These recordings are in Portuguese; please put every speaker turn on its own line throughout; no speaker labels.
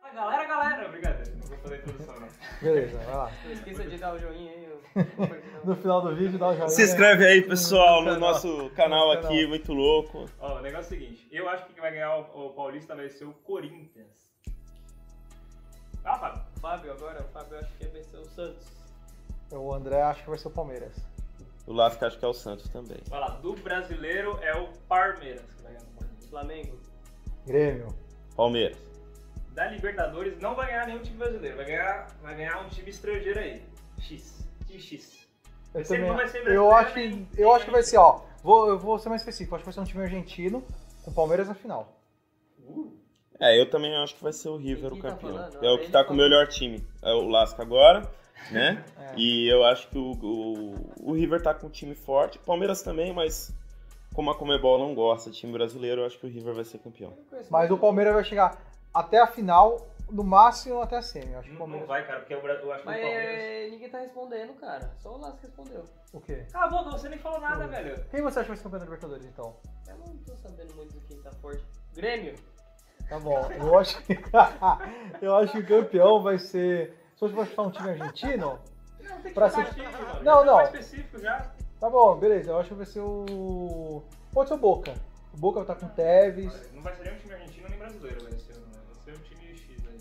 Fala, Galera, galera, brincadeira, não vou fazer introdução não.
Beleza, vai lá.
Esqueça de dar o
um
joinha aí.
No final do vídeo dá o joinha.
Se inscreve aí, pessoal, no nosso canal aqui, muito louco.
Ó, o negócio é o seguinte, eu acho que quem vai ganhar o, o Paulista vai ser o Corinthians. Ah, Fábio.
Fábio agora, o Fábio acho que vai ser o Santos.
É, O André acho que vai ser o Palmeiras.
O Lasca acho que é o Santos também.
Vai lá, do brasileiro é o Palmeiras que vai ganhar.
Flamengo.
Grêmio.
Palmeiras.
Da Libertadores não vai ganhar nenhum time brasileiro, vai ganhar, vai ganhar um time estrangeiro aí. X, time X.
Eu,
Esse
também-
não vai ser né?
eu
brasileiro,
acho que,
nem-
eu
nem
acho que vai ser, ó. Vou, eu vou ser mais específico. Acho que vai ser um time argentino com o Palmeiras na final.
Uh,
É, eu também acho que vai ser o River
Quem
o
tá
campeão.
falando?
É o que tá
Ele
com o melhor time. É o Lasca agora, né?
É.
E eu acho que o, o, o River tá com um time forte. Palmeiras também, mas como a Comebol não gosta de time brasileiro, eu acho que o River vai ser campeão.
Mas o Palmeiras vai chegar até a final, no máximo até a semi. Eu Acho que o
não, não
Palmeiras.
vai, cara, porque eu, eu acho que
Mas
o Palmeiras...
é, ninguém tá respondendo, cara. Só o Lasca respondeu.
O quê?
Cala a boca, você nem falou nada, velho.
Quem você acha que vai ser campeão da Libertadores, então?
Eu não tô sabendo muito de quem tá forte. Grêmio.
Tá bom. Eu acho que, eu acho que o campeão vai ser. Se você for chutar um time
Não,
argentino,
tem que
Pra
ser
ser-
time, mano. Já
Não,
tá
não.
mais específico já.
tá bom, beleza. Eu acho que vai ser o. Pode ser o Boca. O Boca vai estar com o Tevez.
Não vai ser nem um time argentino nem brasileiro, vai ser, um- vai ser um time X aí.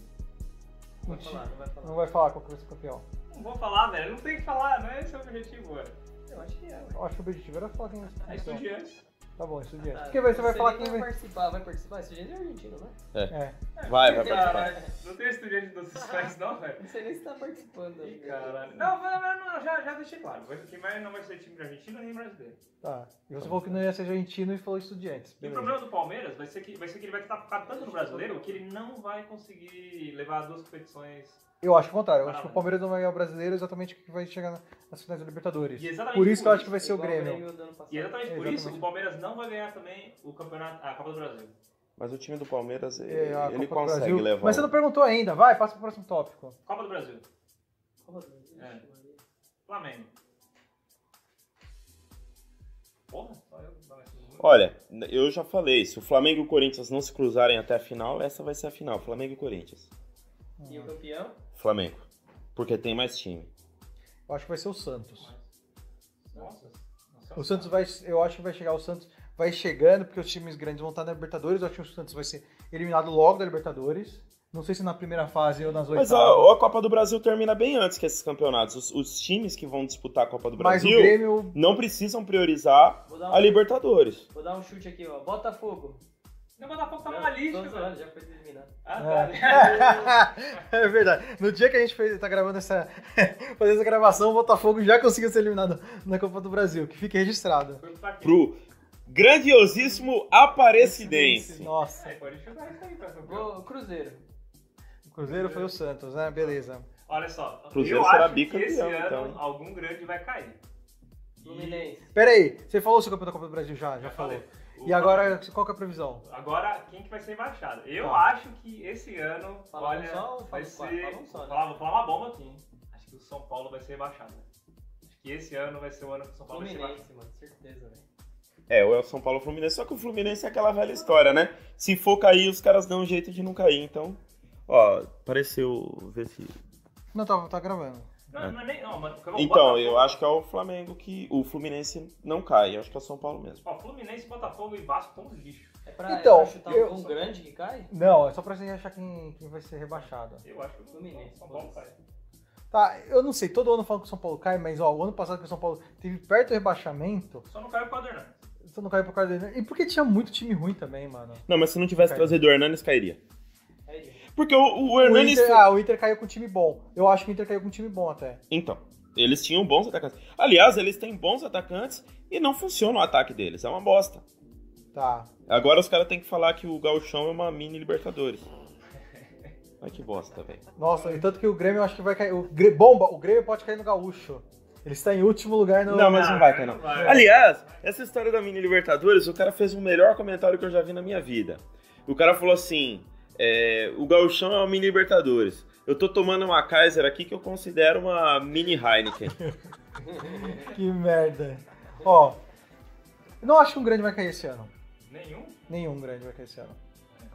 Não vai falar, não vai falar.
Não vai falar qual que vai ser o campeão.
Não vou falar, velho, não tem o que falar, não é esse o objetivo, mano.
Eu acho que é, velho.
Eu acho que o objetivo era falar quem vai ser o
É
campeão.
estudiantes.
Tá bom, estudiante.
Ah,
Porque você vai falar
nem
quem
vai
vai.
participar, vai participar. Esse gente é argentino, né?
É.
Vai, vai participar.
Caralho, não tem estudiante de outros países, não, velho?
Não sei nem se tá participando.
Ih, caralho. Não, mas- mas não, já, já deixei claro. vai- Quem mais não vai ser time argentino nem brasileiro.
Tá. E você falou que não ia ser argentino e falou estudiantes.
E o
Beleza.
problema do Palmeiras vai ser que, vai ser que ele vai estar focado tanto no brasileiro que ele não vai conseguir levar duas competições.
Eu acho o contrário. Eu acho
Fala.
que o Palmeiras não vai ganhar o brasileiro exatamente que vai chegar nas finais da Libertadores.
E exatamente
Por isso que eu acho que vai ser o
Igual
Grêmio.
do ano passado.
E é exatamente por
Exatamente.
isso o Palmeiras não vai ganhar também o campeonato, a Copa do Brasil.
Mas o time do Palmeiras, ele,
É, a Copa
ele
do
consegue
Brasil.
levar.
Mas você não perguntou ainda. Vai, passa pro próximo tópico.
Copa do Brasil.
Porra, Deus,
É.
vixe, Maria.
Flamengo. Porra, só eu vou dar mais um.
Olha, eu já falei, se o Flamengo e o Corinthians não se cruzarem até a final, essa vai ser a final, Flamengo e Corinthians.
E
Hum.
o campeão?
Flamengo. Porque tem mais time.
Eu acho que vai ser o Santos.
Nossa. nossa.
O Santos vai. Eu acho que vai chegar o Santos. Vai chegando, porque os times grandes vão estar na Libertadores. Eu acho que o Santos vai ser eliminado logo da Libertadores. Não sei se na primeira fase ou nas oitavas.
Mas a, a Copa do Brasil termina bem antes que esses campeonatos. Os, os times que vão disputar a Copa do
Mas o
Brasil
Grêmio
não precisam priorizar
Vou dar um,
a Libertadores.
vou dar um chute aqui, ó. Botafogo.
Não, Botafogo tá
Não,
numa
tô
lista,
zoando,
velho.
Já foi eliminado.
Ah,
é verdade. No dia que a gente fez, tá gravando essa, fazendo essa gravação, o Botafogo já conseguiu ser eliminado na Copa do Brasil, que fica registrado.
Foi pro
tá.
partido.
Pro grandiosíssimo Aparecidense.
Nossa,
É, pode chutar isso aí, cara.
Vou, Cruzeiro.
o Cruzeiro foi o Santos, né? Beleza.
Olha só.
Cruzeiro
eu
será
acho que
bicampeão,
esse ano
então, hein?
algum grande vai cair. E-
Fluminense.
Pera aí, você falou sobre o campeão da Copa do Brasil já? Já
Já
falou.
falei. O-
E agora, qual que é a previsão?
Agora, quem que vai ser embaixado? Eu
Tá.
acho que esse ano,
Fala um
olha,
só ou
vai
fala quatro?
ser...
Fala um só,
vou,
né?
falar, vou falar uma bomba aqui, hein? Acho que o São Paulo vai ser rebaixado. né? Acho que esse ano vai ser o ano que o São Paulo vai ser rebaixado.
Fluminense, mano. Certeza, né? velho.
É, ou é o São Paulo ou o Fluminense, só que o Fluminense é aquela velha história, né? Se for cair, os caras dão um jeito de não cair, então. Ó, apareceu. Ver se
Não, tá, tá gravando.
Não, não é nem... Não, mano, porque o
Então,
Botafogo-
eu acho que é o Flamengo que. O Fluminense não cai, eu acho que é o São Paulo mesmo.
Tipo, Ó, Fluminense, Botafogo e Vasco estão um lixo.
É pra,
Então,
é pra chutar
eu-
um grande que cai?
Não, é só pra você achar quem, quem vai ser rebaixado.
Eu acho que o
Fluminense,
São Paulo cai.
foda-se.
Tá, eu não sei, todo ano falam que o São Paulo cai, mas ó, o ano passado que o São Paulo teve perto do rebaixamento,
Só não caiu o Paulo Hernandes.
só não caiu por causa dele. E porque tinha muito time ruim também, mano.
Não, mas se não tivesse
Cai.
trazido o Hernanes, cairia.
É isso.
Porque o, o
O
Hernanes.
Inter, ah, o Inter caiu com um time bom. Eu acho que o Inter caiu com um time bom até.
Então, eles tinham bons atacantes. Aliás, eles têm bons atacantes e não funciona o ataque deles, é uma bosta.
Tá.
Agora os caras têm que falar que o Gauchão é uma mini Libertadores. Ai que bosta, velho.
Nossa, e tanto que o Grêmio eu acho que vai cair. O Gre- Bomba, o Grêmio pode cair no Gaúcho. Ele está em último lugar no.
Não, mas não vai cair, não.
Ah,
É.
É,
vai.
Aliás, essa história da mini Libertadores, o cara fez o melhor comentário que eu já vi na minha vida. O cara falou assim: é, o gauchão é uma mini Libertadores. Eu tô tomando uma Kaiser aqui que eu considero uma mini Heineken.
Que merda. Ó, Eu não acho que um grande vai cair esse ano.
Nenhum?
Nenhum grande vai cair esse ano.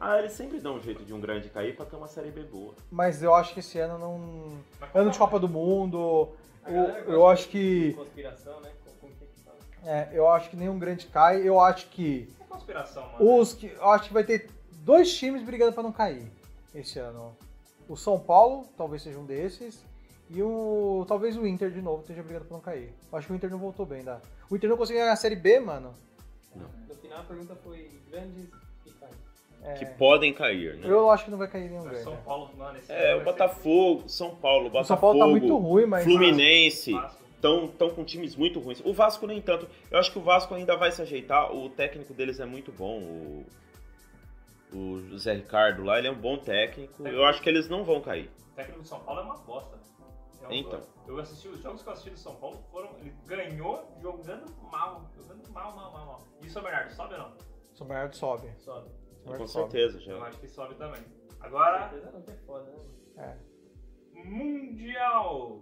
Ah, eles sempre dão um jeito de um grande cair pra ter uma série B boa.
Mas eu acho que esse ano não.
Mas
Ano de Copa do Mundo.
A
Eu,
galera
eu
gosta
acho que.
Conspiração, né? Com- com quem que fala?
é, eu acho que nenhum grande cai. Eu acho que.
É conspiração, mano.
Os que, eu acho que vai ter dois times brigando pra não cair esse ano. O São Paulo talvez seja um desses. E o talvez o Inter de novo esteja brigando pra não cair. Eu acho que o Inter não voltou bem, dá. O Inter não conseguiu ganhar a Série B, mano.
No final a pergunta foi grandes e cai.
É,
Que podem cair, né?
eu acho que não vai cair nenhum
Mas
grande.
É São Paulo, mano, esse
É,
ano
o
vai ser
Botafogo, São Paulo,
O
Botafogo,
São Paulo tá muito ruim, mas.
Fluminense,
fácil.
estão tão com times muito ruins. O Vasco nem tanto. Eu acho que o Vasco ainda vai se ajeitar. O técnico deles é muito bom. O, o Zé Ricardo lá, ele é um bom técnico. Eu acho que eles não vão cair.
O técnico do São Paulo é uma bosta. né? É um-
Então.
Eu assisti os jogos que eu assisti do São Paulo, foram, ele ganhou jogando mal, jogando mal, mal, mal, mal. E o São Bernardo, sobe ou não?
São Bernardo sobe.
Sobe.
São
com
Bernardo sobe.
certeza,
Eu
já.
acho que sobe também.
Com
Agora,
certeza não, que é foda, né? mano?
Mundial.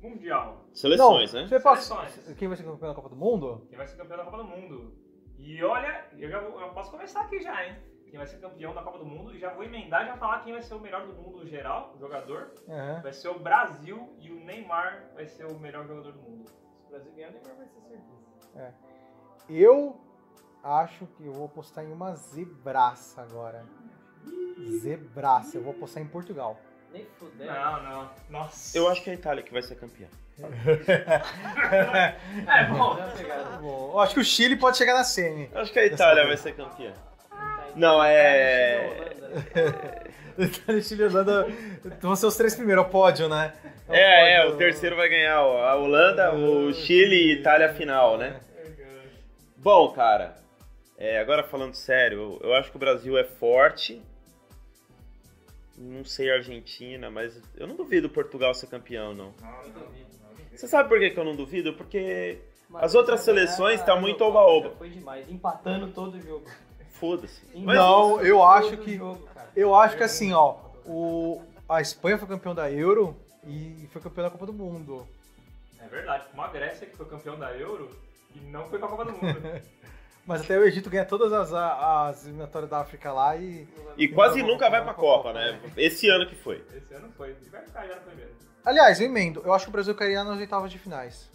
Mundial.
Seleções,
não,
né?
Você passa,
Seleções.
quem vai ser campeão da Copa do Mundo?
Quem vai ser campeão da Copa do Mundo? E olha, eu já vou- eu posso começar aqui já, hein? Quem vai ser campeão da Copa do Mundo? E já vou emendar e já falar quem vai ser o melhor do mundo geral, o jogador.
Aham.
Vai ser o Brasil e o Neymar vai ser o melhor jogador do mundo.
Se o Brasil ganhar, o Neymar vai ser serviço.
Eu acho que eu vou apostar em uma zebraça agora. Zebraça. Eu vou apostar em Portugal.
Nem fuder.
Não, não. Nossa.
Eu acho que é a Itália que vai ser campeã.
É bom.
Não, pegada.
Bom, eu acho que o Chile pode chegar na semi.
Eu acho que a Itália vai ser campeã.
Tá,
Não,
Chile ou
é.
Holanda, né?
Itália, Chile e Holanda vão ser os três primeiros, é o pódio, né? o
É, é,
pódio.
o terceiro vai ganhar ó, a Holanda, o Chile e Itália final, né? Bom, cara, é, agora falando sério, eu, eu acho que o Brasil é forte. Não sei a Argentina, mas eu não duvido Portugal ser campeão, não.
Não, não, não.
Você sabe por que, que eu não duvido? Porque.
Mas
As outras
se ganhar,
seleções tá muito
já
oba-oba.
Foi demais, empatando todo o jogo.
Foda-se. Mas
Não, eu acho
Todo
que-
jogo, cara.
Eu acho que assim, ó, o, a Espanha foi campeão da Euro e foi campeão da Copa do Mundo.
É verdade. Uma Grécia que foi campeão da Euro e não foi pra Copa do Mundo.
Mas até o Egito ganha todas as, as eliminatórias da África lá e.
E quase nunca vai pra Copa, né? Esse ano que foi.
Esse ano foi. E vai ficar já no primeiro.
Aliás, eu emendo. Eu acho que o Brasil cairia nas oitavas de finais.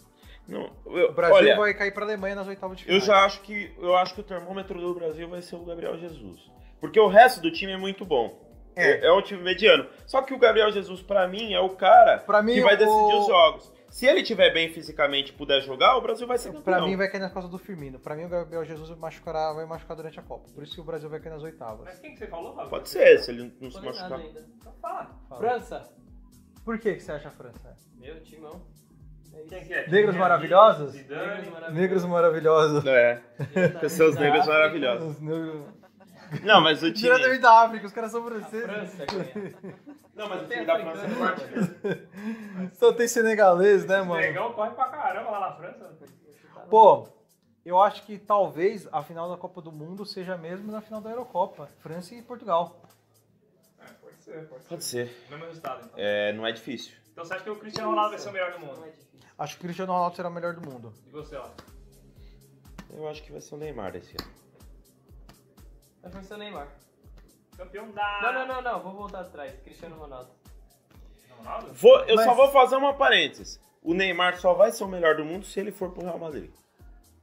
Não, eu-
O Brasil
olha,
vai cair pra Alemanha nas oitavas de
eu
finais.
já acho que eu acho que o termômetro do Brasil vai ser o Gabriel Jesus. Porque o resto do time é muito bom.
É.
É, um time mediano. Só que o Gabriel Jesus, pra mim, é o cara
Pra mim,
que vai
o-
decidir os jogos. Se ele tiver bem fisicamente e puder jogar, o Brasil vai ser campeão.
Pra mim vai cair nas costas do Firmino. Pra mim o Gabriel Jesus machucará, vai machucar durante a Copa. Por isso que o Brasil vai cair nas
Mas
oitavas.
quem que você falou, Fábio?
Pode ser, se ele não se
Condenado
machucar.
ainda.
Então fala.
Fala.
França.
Por que, que você acha a França?
Meu timão. É isso.
Quem que é?
Negros
Zidane,
maravilhosos?
Zidane.
Negros maravilhosos.
É, com
maravilhosos.
seus
Da
negros
África.
maravilhosos.
Os negros-
Não, mas o time.
Diretamente da África, os caras são
A
franceses.
França ganha.
Não, mas o
Tem
time da França é
africano,
forte.
mano.
Só tem senegalês, né,
O
mano?
Negão corre pra caramba lá na França.
Pô, eu acho que talvez a final da Copa do Mundo seja mesmo na final da Eurocopa. França e Portugal.
É, pode ser, pode ser.
Pode ser.
Mesmo resultado, então.
É, não é difícil.
Então você acha que o Cristiano Ronaldo vai ser o melhor do
Não
mundo?
é difícil.
Acho que o Cristiano Ronaldo será o melhor do mundo.
E você, ó?
Eu acho que vai ser o Neymar esse ano.
Vai vencer o É Neymar.
Campeão da...
Não, não, não, não. Vou voltar atrás. Cristiano Ronaldo.
Ronaldo?
Vou- eu só
Mas-
vou fazer uma parênteses. O Neymar só vai ser o melhor do mundo se ele for pro Real Madrid.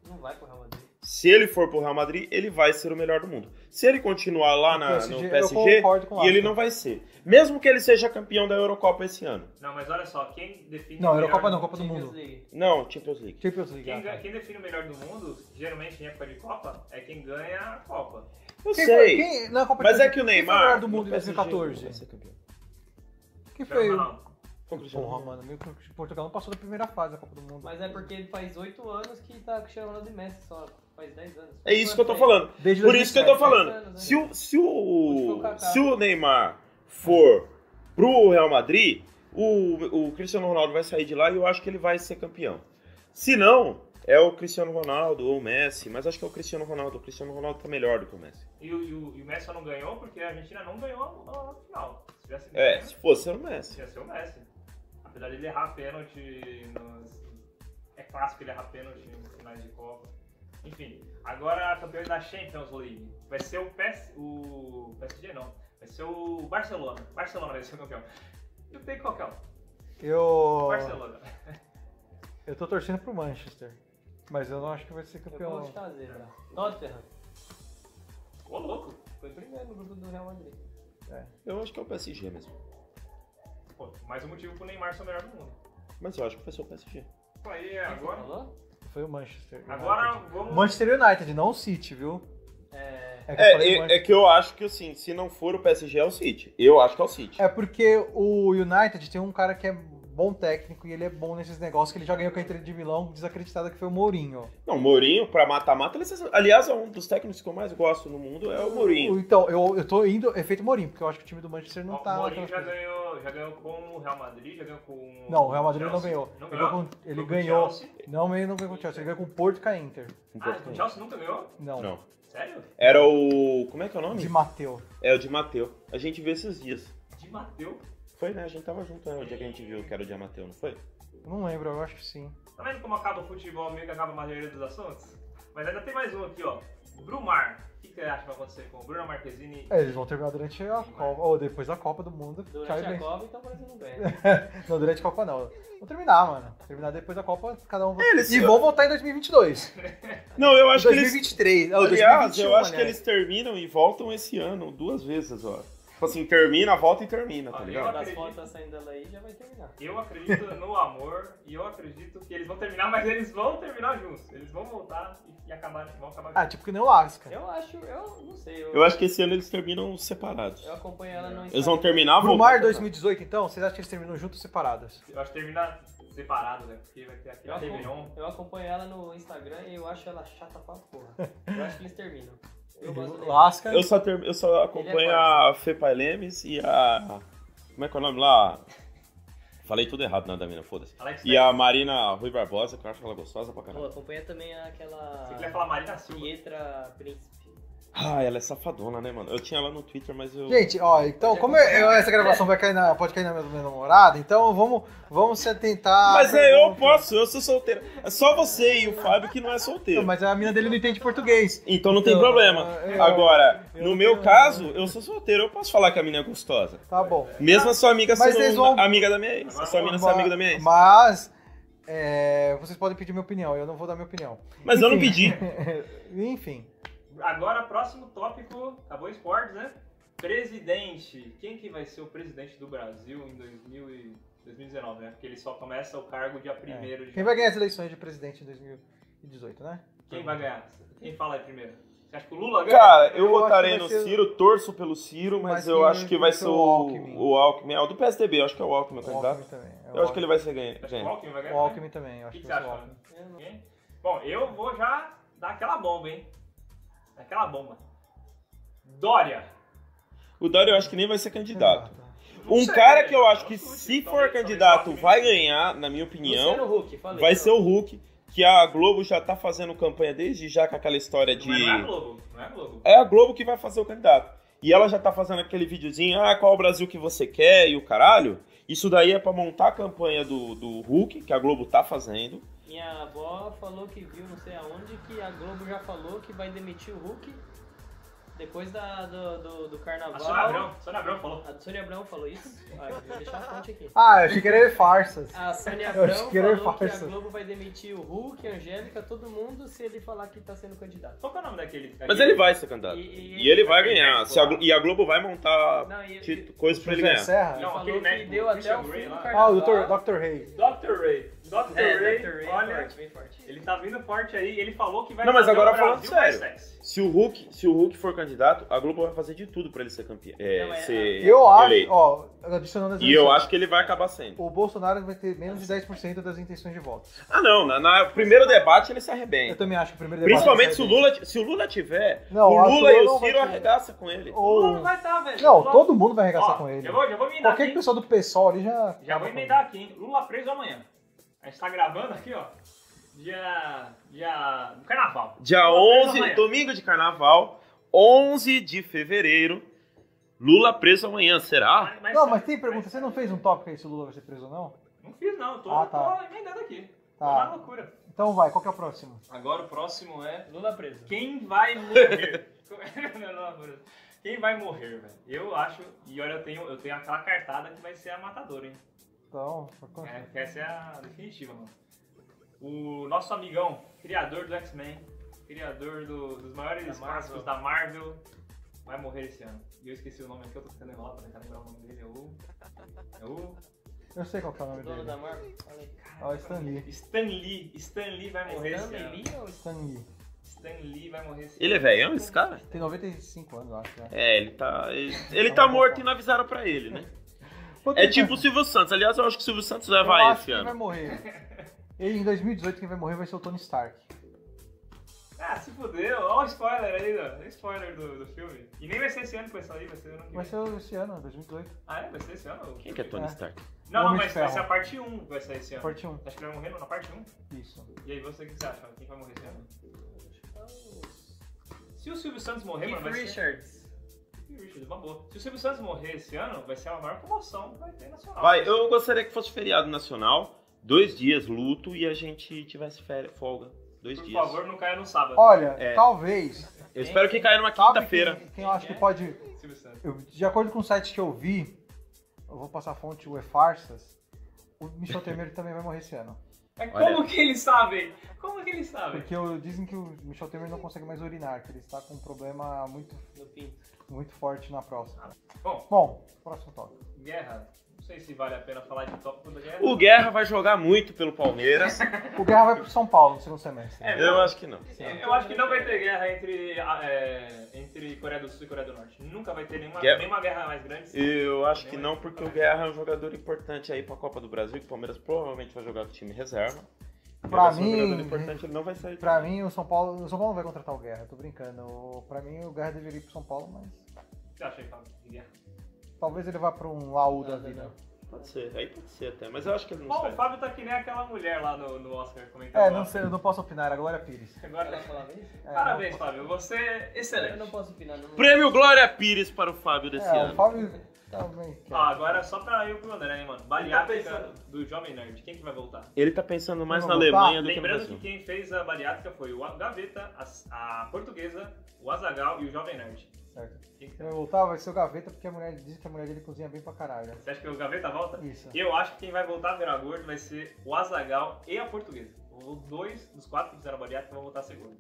Não vai pro Real Madrid.
Se ele for pro Real Madrid, ele vai ser o melhor do mundo. Se ele continuar lá na-
PSG,
no
eu
PSG,
concordo com o
e ele
Aston.
não vai ser. Mesmo que ele seja campeão da Eurocopa esse ano.
Não, mas olha só, quem define
Não,
o melhor...
Eurocopa não,
do-
Copa do
Champions
Mundo.
League.
Não, Champions League.
Champions League.
Quem,
ah,
ganha-
tá.
quem define o melhor do mundo, geralmente em época de Copa, é quem ganha a Copa.
Eu
Quem foi-
sei.
quem- na Copa de
Mas é
2014,
que
quem
o
foi
Neymar. é
o melhor do mundo
no
em
PSG,
2014?
vai ser campeão.
Quem
Cristiano
foi o
Ronaldo.
Foi o Cristiano
Porra,
Ronaldo.
mano, meu, Portugal não passou da primeira fase da Copa do Mundo.
Mas é porque ele faz 8 anos que tá com Cristiano Ronaldo e Messi só. Faz 10 anos.
É isso que eu tô
Faz
falando.
Desde
Por isso que eu tô
2007.
anos,
falando.
né?
Se o, se
Onde foi o
o,
Kaká?
se o Neymar for pro Real Madrid, o, o Cristiano Ronaldo vai sair de lá e eu acho que ele vai ser campeão. Se não, é o Cristiano Ronaldo ou o Messi, mas acho que é o Cristiano Ronaldo. O Cristiano Ronaldo tá melhor do que o Messi.
E, o- e o, e o Messi só não ganhou porque a Argentina não ganhou a, a final. Se tivesse
É,
ganho,
se fosse era o Messi.
ia ser o Messi. Apesar dele errar pênalti nos... É clássico ele errar pênalti em finais de Copa. Enfim, agora campeões da Champions League. Vai ser o, PS, o PSG, não. Vai ser o Barcelona. Barcelona vai ser o campeão. Não tem qualquer um.
Eu.
Barcelona.
Eu tô torcendo pro Manchester. Mas eu não acho que vai ser
Eu vou
campeão.
te fazer, tá? Tottenham
Ô, louco.
foi primeiro no grupo do Real Madrid.
Eu acho que é o PSG mesmo.
Pô, mais um motivo pro Neymar ser o melhor do mundo.
Mas eu acho que vai ser o PSG.
Pô, aí É agora.
Falou?
Foi o Manchester. United.
Agora vamos.
Manchester United, não o City, viu?
É.
É, que eu falei
É, eu-
Manchester-
é que eu acho que assim, se não for o PSG, é o City. Eu acho que é o City.
é porque o United tem um cara que é bom técnico e ele é bom nesses negócios que ele já ganhou com a Inter de Milão desacreditada que foi o Mourinho.
Não, o Mourinho, pra mata-mata, ele é sensacional. Aliás, é um dos técnicos que eu mais gosto no mundo, é o Mourinho.
Então, eu, eu tô indo efeito Mourinho, porque eu acho que o time do Manchester não
Ó,
tá.
o Mourinho
naquelas
já
coisas.
ganhou, já ganhou com o Real Madrid, já ganhou com.
Não, o Real Madrid não
Chelsea.
ganhou.
Não
Ele,
ganhou?
ganhou com- ele
Com o
ganhou.
Chelsea.
Não, ele não ganhou com o Chelsea, ele ganhou com o Porto e com a Inter.
Ah, o Chelsea nunca ganhou?
Não.
Não.
Sério?
Era o. Como é que é o nome?
De Mateu.
É o de Mateu. A gente viu esses dias.
De Mateu.
Foi, né? A gente tava junto, né? O dia que a gente viu que era o de Mateu, não foi?
Eu não lembro, eu acho que sim.
Tá vendo como acaba o futebol meio que acaba a maioria dos assuntos? Mas ainda tem mais um aqui, ó. Brumar. O que que você acha que vai acontecer com o Bruno Marquezine?
É, eles vão terminar durante a Copa, ou depois da Copa do Mundo. Cai
Durante
bem.
a Copa, então o Brasil não ganha.
Não, durante a Copa não. Vão terminar, mano. Terminar depois da Copa, cada um.
É, Eles-
E vão voltar em 2022.
Não, eu acho que eles.
2023. ah,
Aliás,
2021,
eu acho que
aliás.
eles terminam e voltam esse ano duas vezes, ó. Tipo assim, termina, volta e termina, tá
Olha,
ligado?
das fotos tá saindo ela aí, já vai terminar.
Eu acredito no amor e eu acredito que eles vão terminar, mas eles vão terminar juntos. Eles vão voltar e, e acabar, vão acabar juntos.
Ah, tipo que nem o Lasca.
Eu acho, eu não sei. Eu,
Eu acho que esse ano eles terminam separados.
eu acompanho ela no
Eles vão
Instagram.
terminar,
Pro
voltar.
Mar 2018, então, vocês acham que eles terminam juntos ou separados?
Eu acho que termina separado, né? Porque vai ter aquele
Tá
Eu acom-
Réveillon.
Eu acompanho ela no Instagram e eu acho ela chata pra porra. Eu acho que eles terminam. Eu gosto dele.
Lasca.
Eu só, ter- eu
é
só acompanho a Fepa Lemes e a. Como é que é o nome lá? Falei tudo errado na da mina, foda-se.
Alex,
E a Marina Rui Barbosa, que eu acho ela gostosa pra
Pô,
caralho.
acompanha também aquela.
você queria falar Marina Silva?
Pietra Príncipe.
Ah, ela é safadona, né, mano? Eu tinha ela no Twitter, mas eu.
Gente, ó, então, como eu- eu- essa gravação vai cair na, pode cair na minha, minha namorada, então vamos, vamos se atentar.
Mas é,
né,
eu posso, eu sou solteiro. É só você e o Fábio que não é solteiro.
Mas a mina dele não entende português.
Então não tem
Então,
problema.
eu-
Agora,
eu
no
não
meu
tenho-
caso, eu sou solteiro, eu posso falar que a mina é gostosa.
Tá bom.
Mesmo a sua amiga
Mas
sendo
vocês vão-
amiga da minha ex. A sua mina ser amiga da minha ex.
Mas, é, vocês podem pedir minha opinião, eu não vou dar minha opinião.
Mas eu não pedi.
Enfim,
Agora, próximo tópico, acabou esportes, né? Presidente. Quem que vai ser o presidente do Brasil em 2000 e 2019, né? Porque ele só começa o cargo dia 1 de
É. quem vai ganhar as eleições de presidente em 2018, né?
Quem vai ganhar? Quem fala aí primeiro? Você acha que o Lula ganha?
Cara, eu,
Eu acho
votarei
que vai
no
ser-
Ciro, torço pelo Ciro, mas
Mas
eu
quem
acho que vai ser o
Alckmin.
o Alckmin. É o do PSDB, eu acho que é o Alckmin, o
O
candidato.
Alckmin também. é o
Eu acho que ele vai ser ganha-
Acho que o
ganho.
Alckmin vai
Alckmin.
ganhar.
O Alckmin também, eu
O
acho
que,
que
que
vai
você
ser o
acha?
Alckmin.
Eu não-
Ninguém? Bom, eu vou já dar aquela bomba, hein? Aquela bomba. Dória.
O Dória eu acho que nem vai ser candidato.
É.
Não
Um
sei,
cara que eu
né?
acho que
Não sei,
se for
talvez- talvez
candidato
Alckmin.
vai ganhar, na minha opinião,
Luciano Huck, falei.
vai ser o Hulk, que a Globo já tá fazendo campanha desde já com aquela história de.
Mas não é Globo, não é Globo.
É a Globo que vai fazer o candidato. E ela já tá fazendo aquele videozinho, ah, qual o Brasil que você quer e o caralho. Isso daí é pra montar a campanha do, do Hulk, que a Globo tá fazendo.
Minha avó falou que viu não sei aonde que a Globo já falou que vai demitir o Hulk depois da, do, do, do
A
Ah,
carnaval.
Sônia Abrão, Sônia Abrão falou.
A do Sônia Abrão falou isso. Ah, eu vou deixar a fonte aqui.
Ah, eu achei que era farsas.
Ah,
A Sônia
Eu
Abrão
acho que é era
falou que a
farsa.
Globo vai demitir o Hulk, a Angélica, todo mundo se ele falar que tá sendo candidato.
Qual que é o nome daquele?
Mas ele vai ser candidato.
E-
E ele vai
Ele
ganhar.
vai
Se a Glo- e a Globo vai montar
Não, e,
ti-
e,
coisa pra ele
José
ganhar.
Serra?
Não,
falou
aquele
que
médico,
deu
o
até o
Christian
fim
Grey
do
lá.
Ah, o
carnaval.
Dr. Dr. Ray.
Dr. Ray. Dr.
É,
Ray,
Dr. Ray,
olha,
forte, bem forte.
ele tá vindo forte aí, ele falou que vai
Não, mas
fazer
agora
o
falando
Brasil
sério.
mais sexy.
Se o Hulk, se o Hulk for candidato, a Globo vai fazer de tudo pra ele ser campeão. É,
Não, é-
ser
Eu acho,
eleito.
ó, adicionando as
E eu
eleições,
acho que ele vai acabar sendo.
O Bolsonaro vai ter menos de 10% das intenções de voto.
Ah, não. Na, na- primeiro debate ele se
Eu
arrebenta.
também acho que o primeiro debate... vai
Principalmente se o
ser-
Lula, ti- se o Lula tiver,
Não,
o
acho que
Lula
o
e
Lula
o
vai
Ciro
tiver.
arregaçam com ele.
O
Ou...
Lula vai estar, velho.
Não,
Lula-
todo mundo vai arregaçar
Ó,
com ele.
Eu vou, já vou emendar
Qualquer
aqui.
pessoa do PSOL ali já...
Já vou emendar aqui, hein? Lula preso amanhã. A gente tá gravando aqui, ó. Dia. Dia. No carnaval.
Dia
Lula preso
11,
amanhã.
domingo de carnaval, 11 de fevereiro. Lula preso amanhã, será?
né?
Não,
é
mas tem pergunta, você não fez um tópico aí se o Lula vai ser preso ou não?
Não fiz, não. Tô,
Ah, tá.
tô emendando aqui. Tá.
Tá.
uma loucura.
Então vai, qual que é o próximo?
Agora o próximo é
Lula preso.
Quem vai morrer? é, Não, não, não. Quem vai morrer, velho? Eu acho, e olha, eu tenho, eu tenho aquela cartada que vai ser a matadora, hein?
Então,
É, que essa é a definitiva, mano. O nosso amigão, criador do X-Men, criador do- dos maiores
Da
clássicos
Marvel.
da Marvel, vai morrer esse ano. E eu esqueci o nome aqui, eu tô ficando mal pra tentar lembrar o nome dele. É o. É o.
eu sei qual que é o nome
Dono da
dele.
Marvel. Olha aí.
É o Stan Lee.
Stan Lee. Stan Lee vai morrer esse
Stanley
ano.
Lee ou
Stan Lee.
Stan Lee vai morrer esse
Ele é
ano.
velhão, esse cara?
Tem 95 anos, eu acho. Né?
É, ele tá. Ele,
Então
ele tá morto e não avisaram pra ele, né?
Quanto
É
tempo
tipo o Silvio Santos. Aliás, eu acho que o Silvio Santos vai
Eu acho
vai esse
que quem vai
ano.
morrer. E em 2018 quem vai morrer vai ser o Tony Stark.
Ah, se fudeu. Olha o spoiler aí, ó. Olha o spoiler do, do filme. E nem vai ser esse ano que vai sair, vai ser ano que vem.
Vai ser esse ano, 2018.
Ah, é? Vai ser esse ano?
Quem que é Tony Stark?
Não, não,
Homem de
mas vai
Ferro.
ser a parte 1 que vai sair esse ano.
Parte 1.
Acho que vai morrer na parte 1.
Isso.
E aí, você o que você acha? Quem vai morrer esse ano?
Keith
Se o Silvio Santos morrer, mano, vai ser.
Richards.
Keith Richards, uma boa. Se o Silvio Santos morrer esse ano, vai ser a maior comoção que vai ter nacional.
Vai, eu gostaria que fosse feriado nacional, dois dias, luto, e a gente tivesse férias, folga. Dois
Por
dias.
favor, não caia no sábado.
Olha,
É.
talvez.
Eu espero que caia numa
sabe
quinta-feira.
Quem, quem eu acho que pode.
Silvio Santos.
eu- de acordo com o site que eu vi, eu vou passar a fonte, o E-Farsas. O Michel Temer também vai morrer esse ano.
Mas
Olha.
É, como que eles sabem? Como que eles sabem?
Porque eu- dizem que o Michel Temer não consegue mais urinar, que ele está com um problema muito,
No pinto.
muito forte na próxima.
Bom,
Bom, próximo tópico.
guerra. Não sei se vale a pena falar de tópico da guerra.
O Guerra vai jogar muito pelo Palmeiras.
O Guerra vai pro São Paulo no segundo semestre.
É,
Eu acho que não.
Eu acho que não vai ter guerra entre, ah, é, entre Coreia do Sul e Coreia do Norte. Nunca vai ter nenhuma,
Guerra.
nenhuma guerra mais grande.
Eu acho que não, porque o Guerra é um jogador importante aí pra Copa do Brasil, que o Palmeiras provavelmente vai jogar com o time reserva. Ele
Pra
vai ser
mim-
um jogador importante, ele não vai sair.
Pra mim, o São Paulo. O São Paulo não vai contratar o Guerra, tô brincando. O- Pra mim, o Guerra deveria ir pro São Paulo, mas.
O que você acha aí, Fábio, de guerra?
Talvez ele vá pra um Laú da
Nada,
vida.
não.
Pode ser, aí pode ser até, mas eu acho que ele não
Bom,
sai.
o Fábio tá que nem aquela mulher lá no, no Oscar comentando.
É, não
lá.
sei, eu não posso opinar, é a Glória Pires.
Agora, tá-
Ela falava isso?
É,
Parabéns,
não-
Fábio. Você é
Eu não
excelente.
posso opinar. Não...
Prêmio Glória Pires para o Fábio desse
É, o
ano.
Fábio também quer.
Ah, agora só pra eu pro André, hein, mano.
Ele tá
Bariátrica
pensando.
do Jovem Nerd. Quem que vai voltar?
Ele tá pensando mais na
Vamos voltar?
Alemanha do que no
Lembrando que
Brasil.
quem fez a bariátrica foi o Gaveta, a, a Portuguesa, o Azagal e o Jovem Nerd.
Certo.
Quem que-
Quem vai voltar vai ser o Gaveta, porque a mulher diz que a mulher dele cozinha bem pra caralho.
Você acha que o Gaveta volta?
Isso.
Eu acho que quem vai voltar a virar gordo vai ser o Azagal e a Portuguesa. Os dois dos quatro que fizeram a bariátrica vão voltar a ser gordo.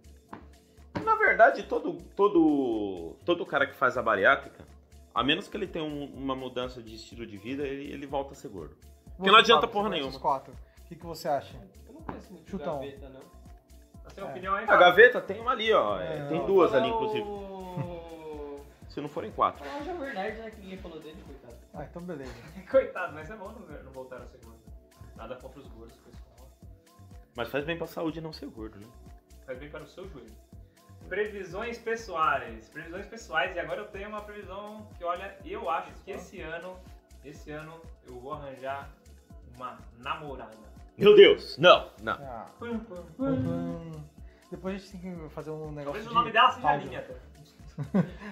Na verdade, todo, todo, todo cara que faz a bariátrica, a menos que ele tenha um- uma mudança de estilo de vida, ele, ele volta a ser gordo. Porque não
Você,
adianta
Fábio,
porra
você conhece
nenhuma.
Os quatro. O que, que você acha?
Eu não conheço muito
Chutão.
gaveta, não.
Você tem
É.
opinião aí?
A gaveta tem uma ali, ó. é,
É,
tem
ó.
duas ali,
Falar o-
inclusive. Se não forem quatro.
Falar o Jovem Nerd, né? Que ninguém falou dele, coitado.
Ah, então beleza.
Coitado, mas é bom não, não voltar a ser gordo. Nada contra os gordos, pessoal.
Mas faz bem pra saúde não ser gordo, né?
Faz bem para o seu joelho. Previsões pessoais. Previsões pessoais. E agora eu tenho uma previsão que, olha, eu acho que esse ano, esse ano eu vou arranjar uma namorada.
Meu Deus! Não, não.
Ah,
Pum, pum, pum.
hum. Depois a gente tem que fazer um negócio.
Talvez o
de
nome dela seja
áudio.
Aline até.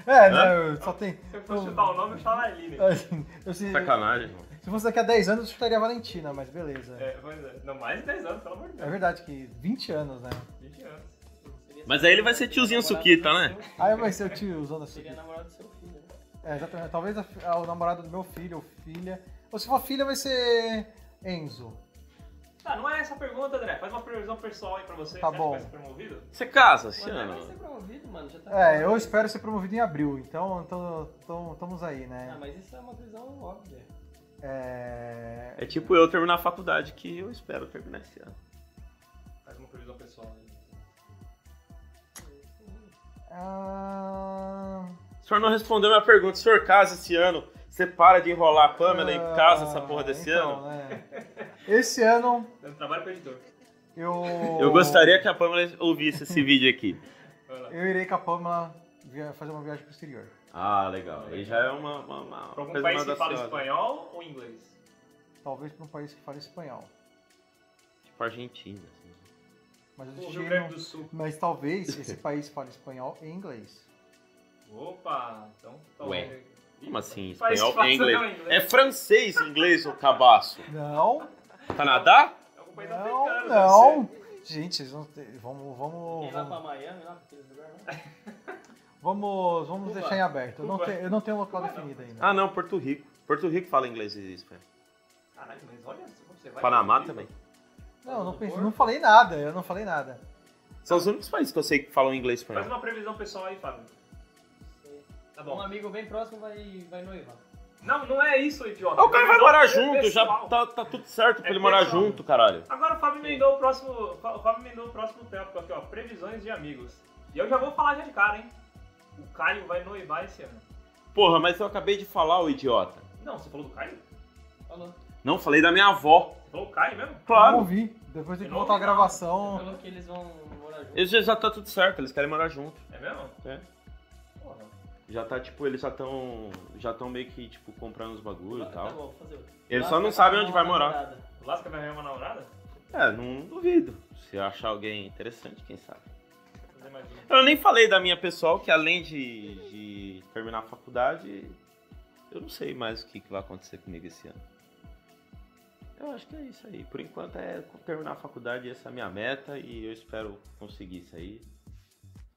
É, né? Só tem.
Se eu fosse chutar o nome, eu chutava Aline.
Eu, se,
Sacanagem, irmão.
se fosse daqui a 10 anos, eu chutaria a Valentina, mas beleza. É.
É, pois é. Não, mais de 10 anos, pelo amor de Deus.
verdade que 20 anos, né?
20 anos.
Seria
Mas
seu-
aí ele vai ser tiozinho
namorado
Suquita,
do
né?
seu filho.
Aí vai ser o tio usando assim.
Seria namorado do seu filho, né?
É, exatamente. Talvez a, fi- a- o namorado do meu filho ou filha. Ou se for filha, vai ser Enzo.
Tá, não é essa a pergunta, André. Faz uma previsão pessoal aí pra você.
Tá
você
bom.
acha que vai ser promovido?
Você casa
O
esse
André vai ser
ano?
promovido, mano. Já tá
É, eu espero ser promovido em abril, então estamos aí,
Ah,
né?
mas isso é uma prisão óbvia.
É...
É tipo eu terminar a faculdade, que eu espero terminar esse ano.
Faz uma previsão pessoal. aí.
Ah,
O senhor não respondeu minha pergunta. O senhor casa esse ano? Você para de enrolar a Pamela
ah,
e casa essa porra desse
então,
ano?
Né? Esse ano
Eu trabalho com editor.
eu.
Eu gostaria que a Pamela ouvisse esse vídeo aqui.
Vai lá.
Eu irei com a Pamela via- fazer uma viagem pro exterior.
Ah, legal. Aí já é uma, uma, uma
Pra algum
coisa
país
mais
que fala
audaciosa.
espanhol ou inglês?
Talvez pra um país que fale espanhol.
Tipo Argentina. assim.
Mas o
Ou Rio Grande
destino.
do Sul.
Mas talvez esse país fale espanhol e inglês.
Opa, então.
Ué.
talvez-
Como assim?
Faz-
Espanhol
faz
e inglês?
não, inglês.
É francês, inglês ou cabaço?
Não,
Canadá?
É algum país
não,
africano, deve
não. Gente, vocês vão ter- vamos, vamos,
né? Quem vai pra
vamos,
Miami, lá pra aquele lugar, né?
vamos, vamos
Cuba.
deixar em aberto. Eu não,
Cuba.
tenho, eu não tenho local
Cuba não.
definido ainda.
Ah, não, Porto Rico. Porto Rico fala inglês e espanhol.
Caralho, mas olha só como você vai.
Panamá também.
não,
Tá
não,
do
pensei,
Porto.
não falei nada, eu não falei nada.
São os únicos países que eu sei que falam inglês e
Faz
espanhol.
uma previsão pessoal aí, Fábio. Tá
Um
bom.
amigo bem próximo vai, vai noivar.
Não, não é isso, idiota.
Ah, o cara vai
Previsão
morar
é
junto, já
pessoal.
tá, tá tudo certo pra
É
ele morar
pessoal.
junto, caralho.
Agora o Fábio emendou o próximo. O Fábio emendou o próximo tópico aqui, ó. Previsões de amigos. E eu já vou falar já de cara, hein? O Caio vai noivar esse ano.
Porra, mas eu acabei de falar, o idiota.
Não, você falou do Caio?
Falou.
Não falei da minha avó.
Você falou o Caio mesmo?
Eu não
Claro.
ouvi. Depois tem
Eu
que
não
voltar a
ouvi nada.
gravação.
Falou que eles vão morar juntos.
Eles já- já tá tudo certo, eles querem morar junto.
É mesmo?
É.
Porra.
Já tá, tipo, eles já estão. Já estão meio que, tipo, comprando os bagulho e
Tá
tal.
bom, vou fazer outro.
Eles
Lá
só não
vai
sabem
dar
onde
uma
vai morar.
namorada.
O Lasca vai arranjar uma namorada?
É, não duvido. Se eu achar alguém interessante, quem sabe.
Fazer mais uma.
Eu nem falei da minha pessoal, que além de, de terminar a faculdade, eu não sei mais o que, que vai acontecer comigo esse ano. Eu acho que é isso aí. Por enquanto é terminar a faculdade, essa é a minha meta e eu espero conseguir isso aí.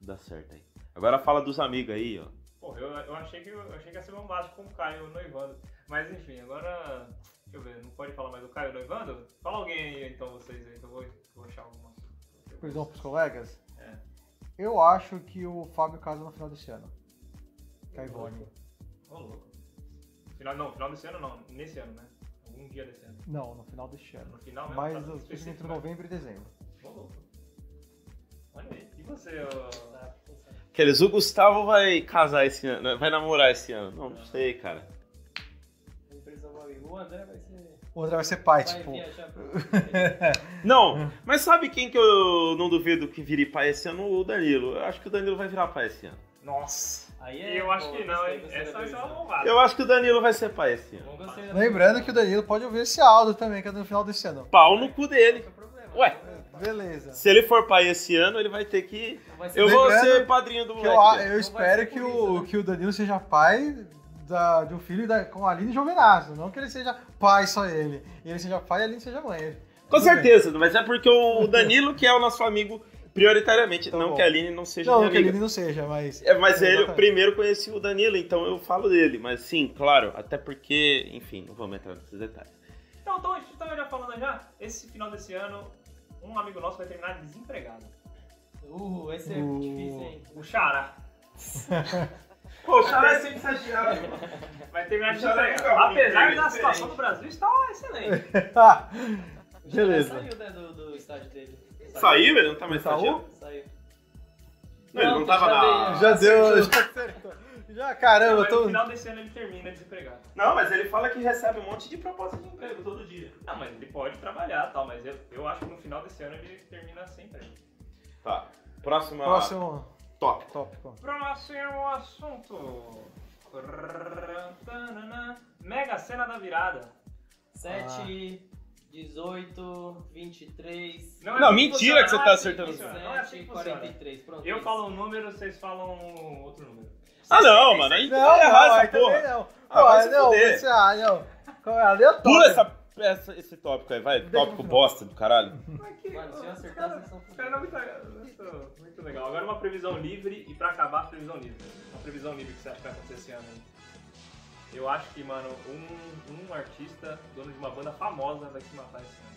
Dar certo aí. Agora fala dos amigos aí, ó.
Porra, eu, eu achei que eu achei que ia ser bombástico com o Caio noivando. Mas enfim, agora. Deixa eu ver, não pode falar mais do Caio noivando? Fala alguém aí então vocês aí, que eu vou, vou achar alguma.
Previsão pros colegas.
É.
Eu acho que o Fábio casa no final desse ano. é Caivone.
Ô louco. Final, não, final desse ano não, nesse ano, né? Algum dia desse ano.
Não, no final deste ano.
No final mesmo.
Mas
tá
eu fico
específico,
entre
né?
novembro e dezembro.
Ô louco. Olha aí. E você, ô.
Tá, quem sabe.
Aqueles, o Gustavo vai casar esse ano, né? vai namorar esse ano. Não, não sei, cara.
Tem previsão pra mim. O André vai ser.
O André vai ser pai,
Vai
tipo.
viajar pra.
Não, mas sabe quem que eu não duvido que vire pai esse ano? O Danilo. Eu acho que o Danilo vai virar pai esse ano.
Nossa!
Aí é.
Eu acho
pô,
que não,
gostei,
hein?
É
gostei
Essa
da
vai ser uma
previsão.
bombada.
Eu acho que o Danilo vai ser pai esse ano.
né? Não gostei da
Lembrando
previsão.
que o Danilo pode ouvir esse áudio também, que é no final desse ano.
Pau no cu
Não
dele.
tem é problema.
Ué.
Beleza.
Se ele for pai esse ano, ele vai ter que.
Não vai ser
Eu vou
Lembrando
ser padrinho do
Que eu,
moleque. dele.
eu espero que
né?
o, que o Danilo seja pai da, de um filho da, com a Aline Jovenazo. Não que ele seja pai só ele. E ele seja pai e a Aline seja mãe.
Com
Tudo bem.
certeza, mas é porque o Danilo, que é o nosso amigo, prioritariamente.
Tá
não
bom.
que a Aline não seja
Não,
minha
que a
amiga.
Aline não seja, mas.
É, mas
É,
ele, eu
exatamente.
primeiro conheci o Danilo, então eu falo dele. Mas sim, claro, até porque, enfim, não vamos entrar nesses detalhes.
Então, então, a gente tava já falando já, esse final desse ano, um amigo nosso vai terminar desempregado.
Uh, esse é
Uh.
difícil, hein?
O Xará.
Pô, o cara é sempre exagerado.
Vai terminar
O Xará
desempregado.
nunca é um
Apesar
emprego
da
diferente.
situação do Brasil estar excelente.
Ah,
O Xará
beleza.
saiu né, do, do estádio dele.
Saiu? Ele não tá mais
Saiu?
estagiando?
Saiu.
Não, ele não
Não,
tava
já
na.
veio.
Já deu. Já, acertou. já caramba, eu
Mas No
tô.
final desse ano ele termina desempregado.
Não, mas ele fala que recebe um monte de propostas de emprego todo dia.
Não, mas ele pode trabalhar e tal, mas eu, eu acho que no final desse ano ele termina sem emprego.
Tá. Próxima
Próximo
top.
tópico.
Próximo assunto. Mega cena da virada.
7, 18, 23.
é
Não,
assim
mentira que você tá
funciona.
acertando.
Não é assim que
27,
funciona.
43. Pronto. é
Eu
isso.
falo um número, vocês falam outro número.
Ah não, mano, a gente vai errar
aí
essa porra.
também não.
Ah, vai
Pô,
se
não,
fuder.
esse ah, não. Qual é aleatório?
Pula essa, essa- esse tópico aí, vai.
Deixa
tópico
pro final.
bosta do caralho.
Mas que-
Mano, se eu
os
acertar,
caras-
vocês são
os caras não muito, muito, muito legal. Agora uma previsão livre e pra acabar, previsão livre. Uma previsão livre que você acha que vai acontecer esse ano aí. Eu acho que, mano, um, um artista, dono de uma banda famosa, vai se matar esse ano.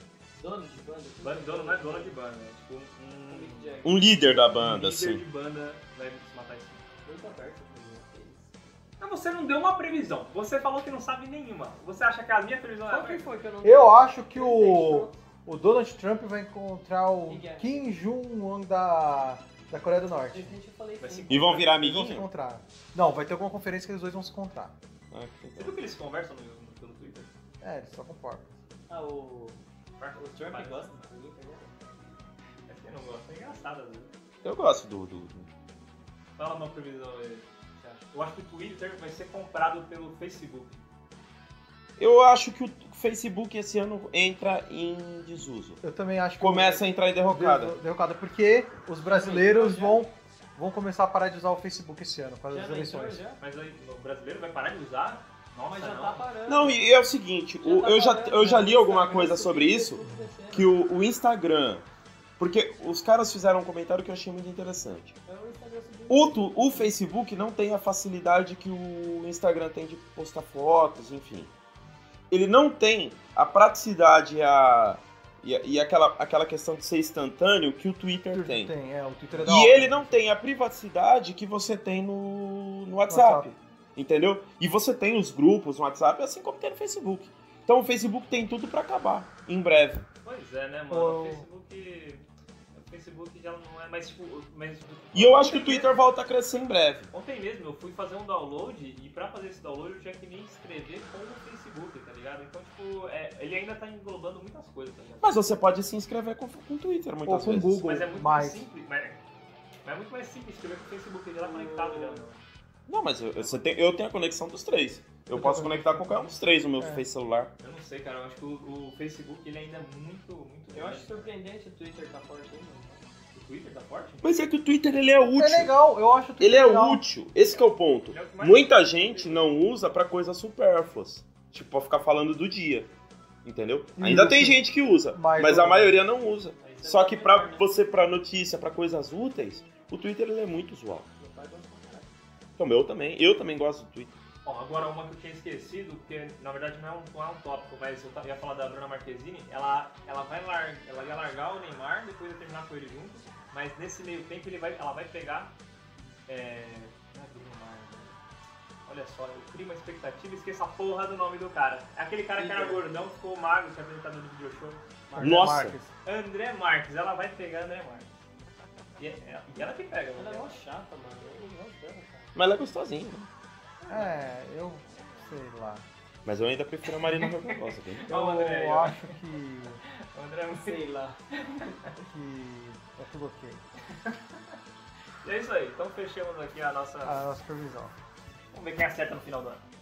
Dono de banda?
Ban- Dono não é dono de banda, é tipo um.
O Mick
um
Jagger.
Um líder da
líder
banda,
de
assim.
banda vai se matar esse ano.
Muito aberto. que é isso.
Mas você não deu uma previsão. Você falou que não sabe nenhuma. Você acha que a minha previsão
Qual que
é.
foi que eu não
Eu acho que o,
Presidente,
o Donald Trump vai encontrar o
Quem que é?
Kim Jong-un da, da Coreia do
De
Norte.
repente eu falei
Vai
sim.
se-
E vão virar
Eles vão se
amiguinho?
encontrar. Não, vai ter alguma conferência que eles dois vão se encontrar.
Ah,
Você
que legal.
viu que eles conversam no, no- pelo Twitter?
É, eles trocam porta.
Ah, o. O Trump
Parece.
gosta de política, né?
É que eu não gosto. É engraçado, às vezes.
Eu gosto do. do- do-
Fala uma previsão aí. você acha? Eu acho que o Twitter vai ser comprado pelo Facebook.
Eu acho que o Facebook esse ano entra em desuso.
Eu também acho que.
Começa a entrar em derrocada.
Derrocada. Derrocada, porque os brasileiros vão, vão começar a parar de usar o Facebook esse ano, por causa
Já
das
tentou,
eleições.
já?
Mas aí o brasileiro vai parar de usar? Nossa,
Mas já
não.
tá parando.
Não, e é o seguinte, o- eu, já, eu já li alguma coisa sobre isso, que o, o Instagram Porque os caras fizeram um comentário que eu achei muito interessante.
É o Instagram subiu.
O, tu- o Facebook não tem a facilidade que o Instagram tem de postar fotos, enfim. Ele não tem a praticidade e a, e, a- e aquela, aquela questão de ser instantâneo que o Twitter tem.
Tem, é, o Twitter é da
E
hora.
ele não tem a privacidade que você tem no, no WhatsApp, entendeu? E você tem os grupos no WhatsApp, assim como tem no Facebook. Então o Facebook tem tudo pra acabar, em breve.
Pois é, né, mano?
Pô.
O Facebook. O Facebook já não é mais tipo. Mais...
E eu acho que o Twitter volta a crescer em breve.
Ontem mesmo eu fui fazer um download e pra fazer esse download eu tinha que me inscrever com o Facebook, tá ligado? Então, tipo, é, ele ainda tá englobando muitas coisas, tá ligado?
Mas você pode se inscrever com com o Twitter muitas
Ou com o
vezes.
Google,
Mas é muito mais
mais.
simples. Mas, mas é muito mais simples escrever com o Facebook, ele já tá conectado já. né?
Não, mas eu, eu- você tem- eu tenho a conexão dos três. Eu,
Eu
posso
também.
conectar qualquer um dos três no meu
É.
Face celular.
Eu não sei, cara. Eu acho que o, o Facebook ele ainda é muito, muito.
Eu acho surpreendente o Twitter tá forte ainda.
que o Twitter tá forte.
Mas é que o Twitter ele é útil.
É legal, eu acho o Twitter
Ele é
legal.
útil. Esse que é o ponto.
Ele é o que mais-
Muita gente não usa pra coisas supérfluas. Tipo, pra ficar falando do dia. Entendeu? Ainda
Isso.
tem gente que usa,
Mas
mas
eu-
a maioria não usa.
Aí você
Só
tá
que
melhor,
pra
né?
você, pra notícia, pra coisas úteis, o Twitter ele é muito usual.
Meu pai gosta pra caralho.
Então, eu também. Eu também gosto do Twitter.
Bom, agora uma que eu tinha esquecido, porque na verdade não é um, não é um tópico, mas eu ta- ia falar da Bruna Marquezine, ela, ela vai lar, ela ia largar o Neymar, depois ia terminar com ele junto, mas nesse meio tempo ele vai, ela vai pegar. É, não é Bruno Mars, né? Olha só, eu crio uma expectativa e esqueço a porra do nome do cara. É Aquele cara que era
Igor.
gordão, ficou magro, que é apresentador do video show.
Marcos
Nossa.
Marques.
André Marques, ela vai pegar André Marques. E, é- e ela que pega,
Ela é
mano.
mó chata, mano. Eu não gosto dela, cara.
Mas ela é gostosinha. né?
É, eu sei lá.
Mas eu ainda prefiro a Marina Rui entendeu?
Ó o Então, André aí,
Eu
ó.
acho que,
O André é muito-
Sei lá.
que é tudo ok.
E é isso aí, então fechamos aqui a nossa.
Ah,
A nossa previsão.
Vamos ver quem acerta no final do ano.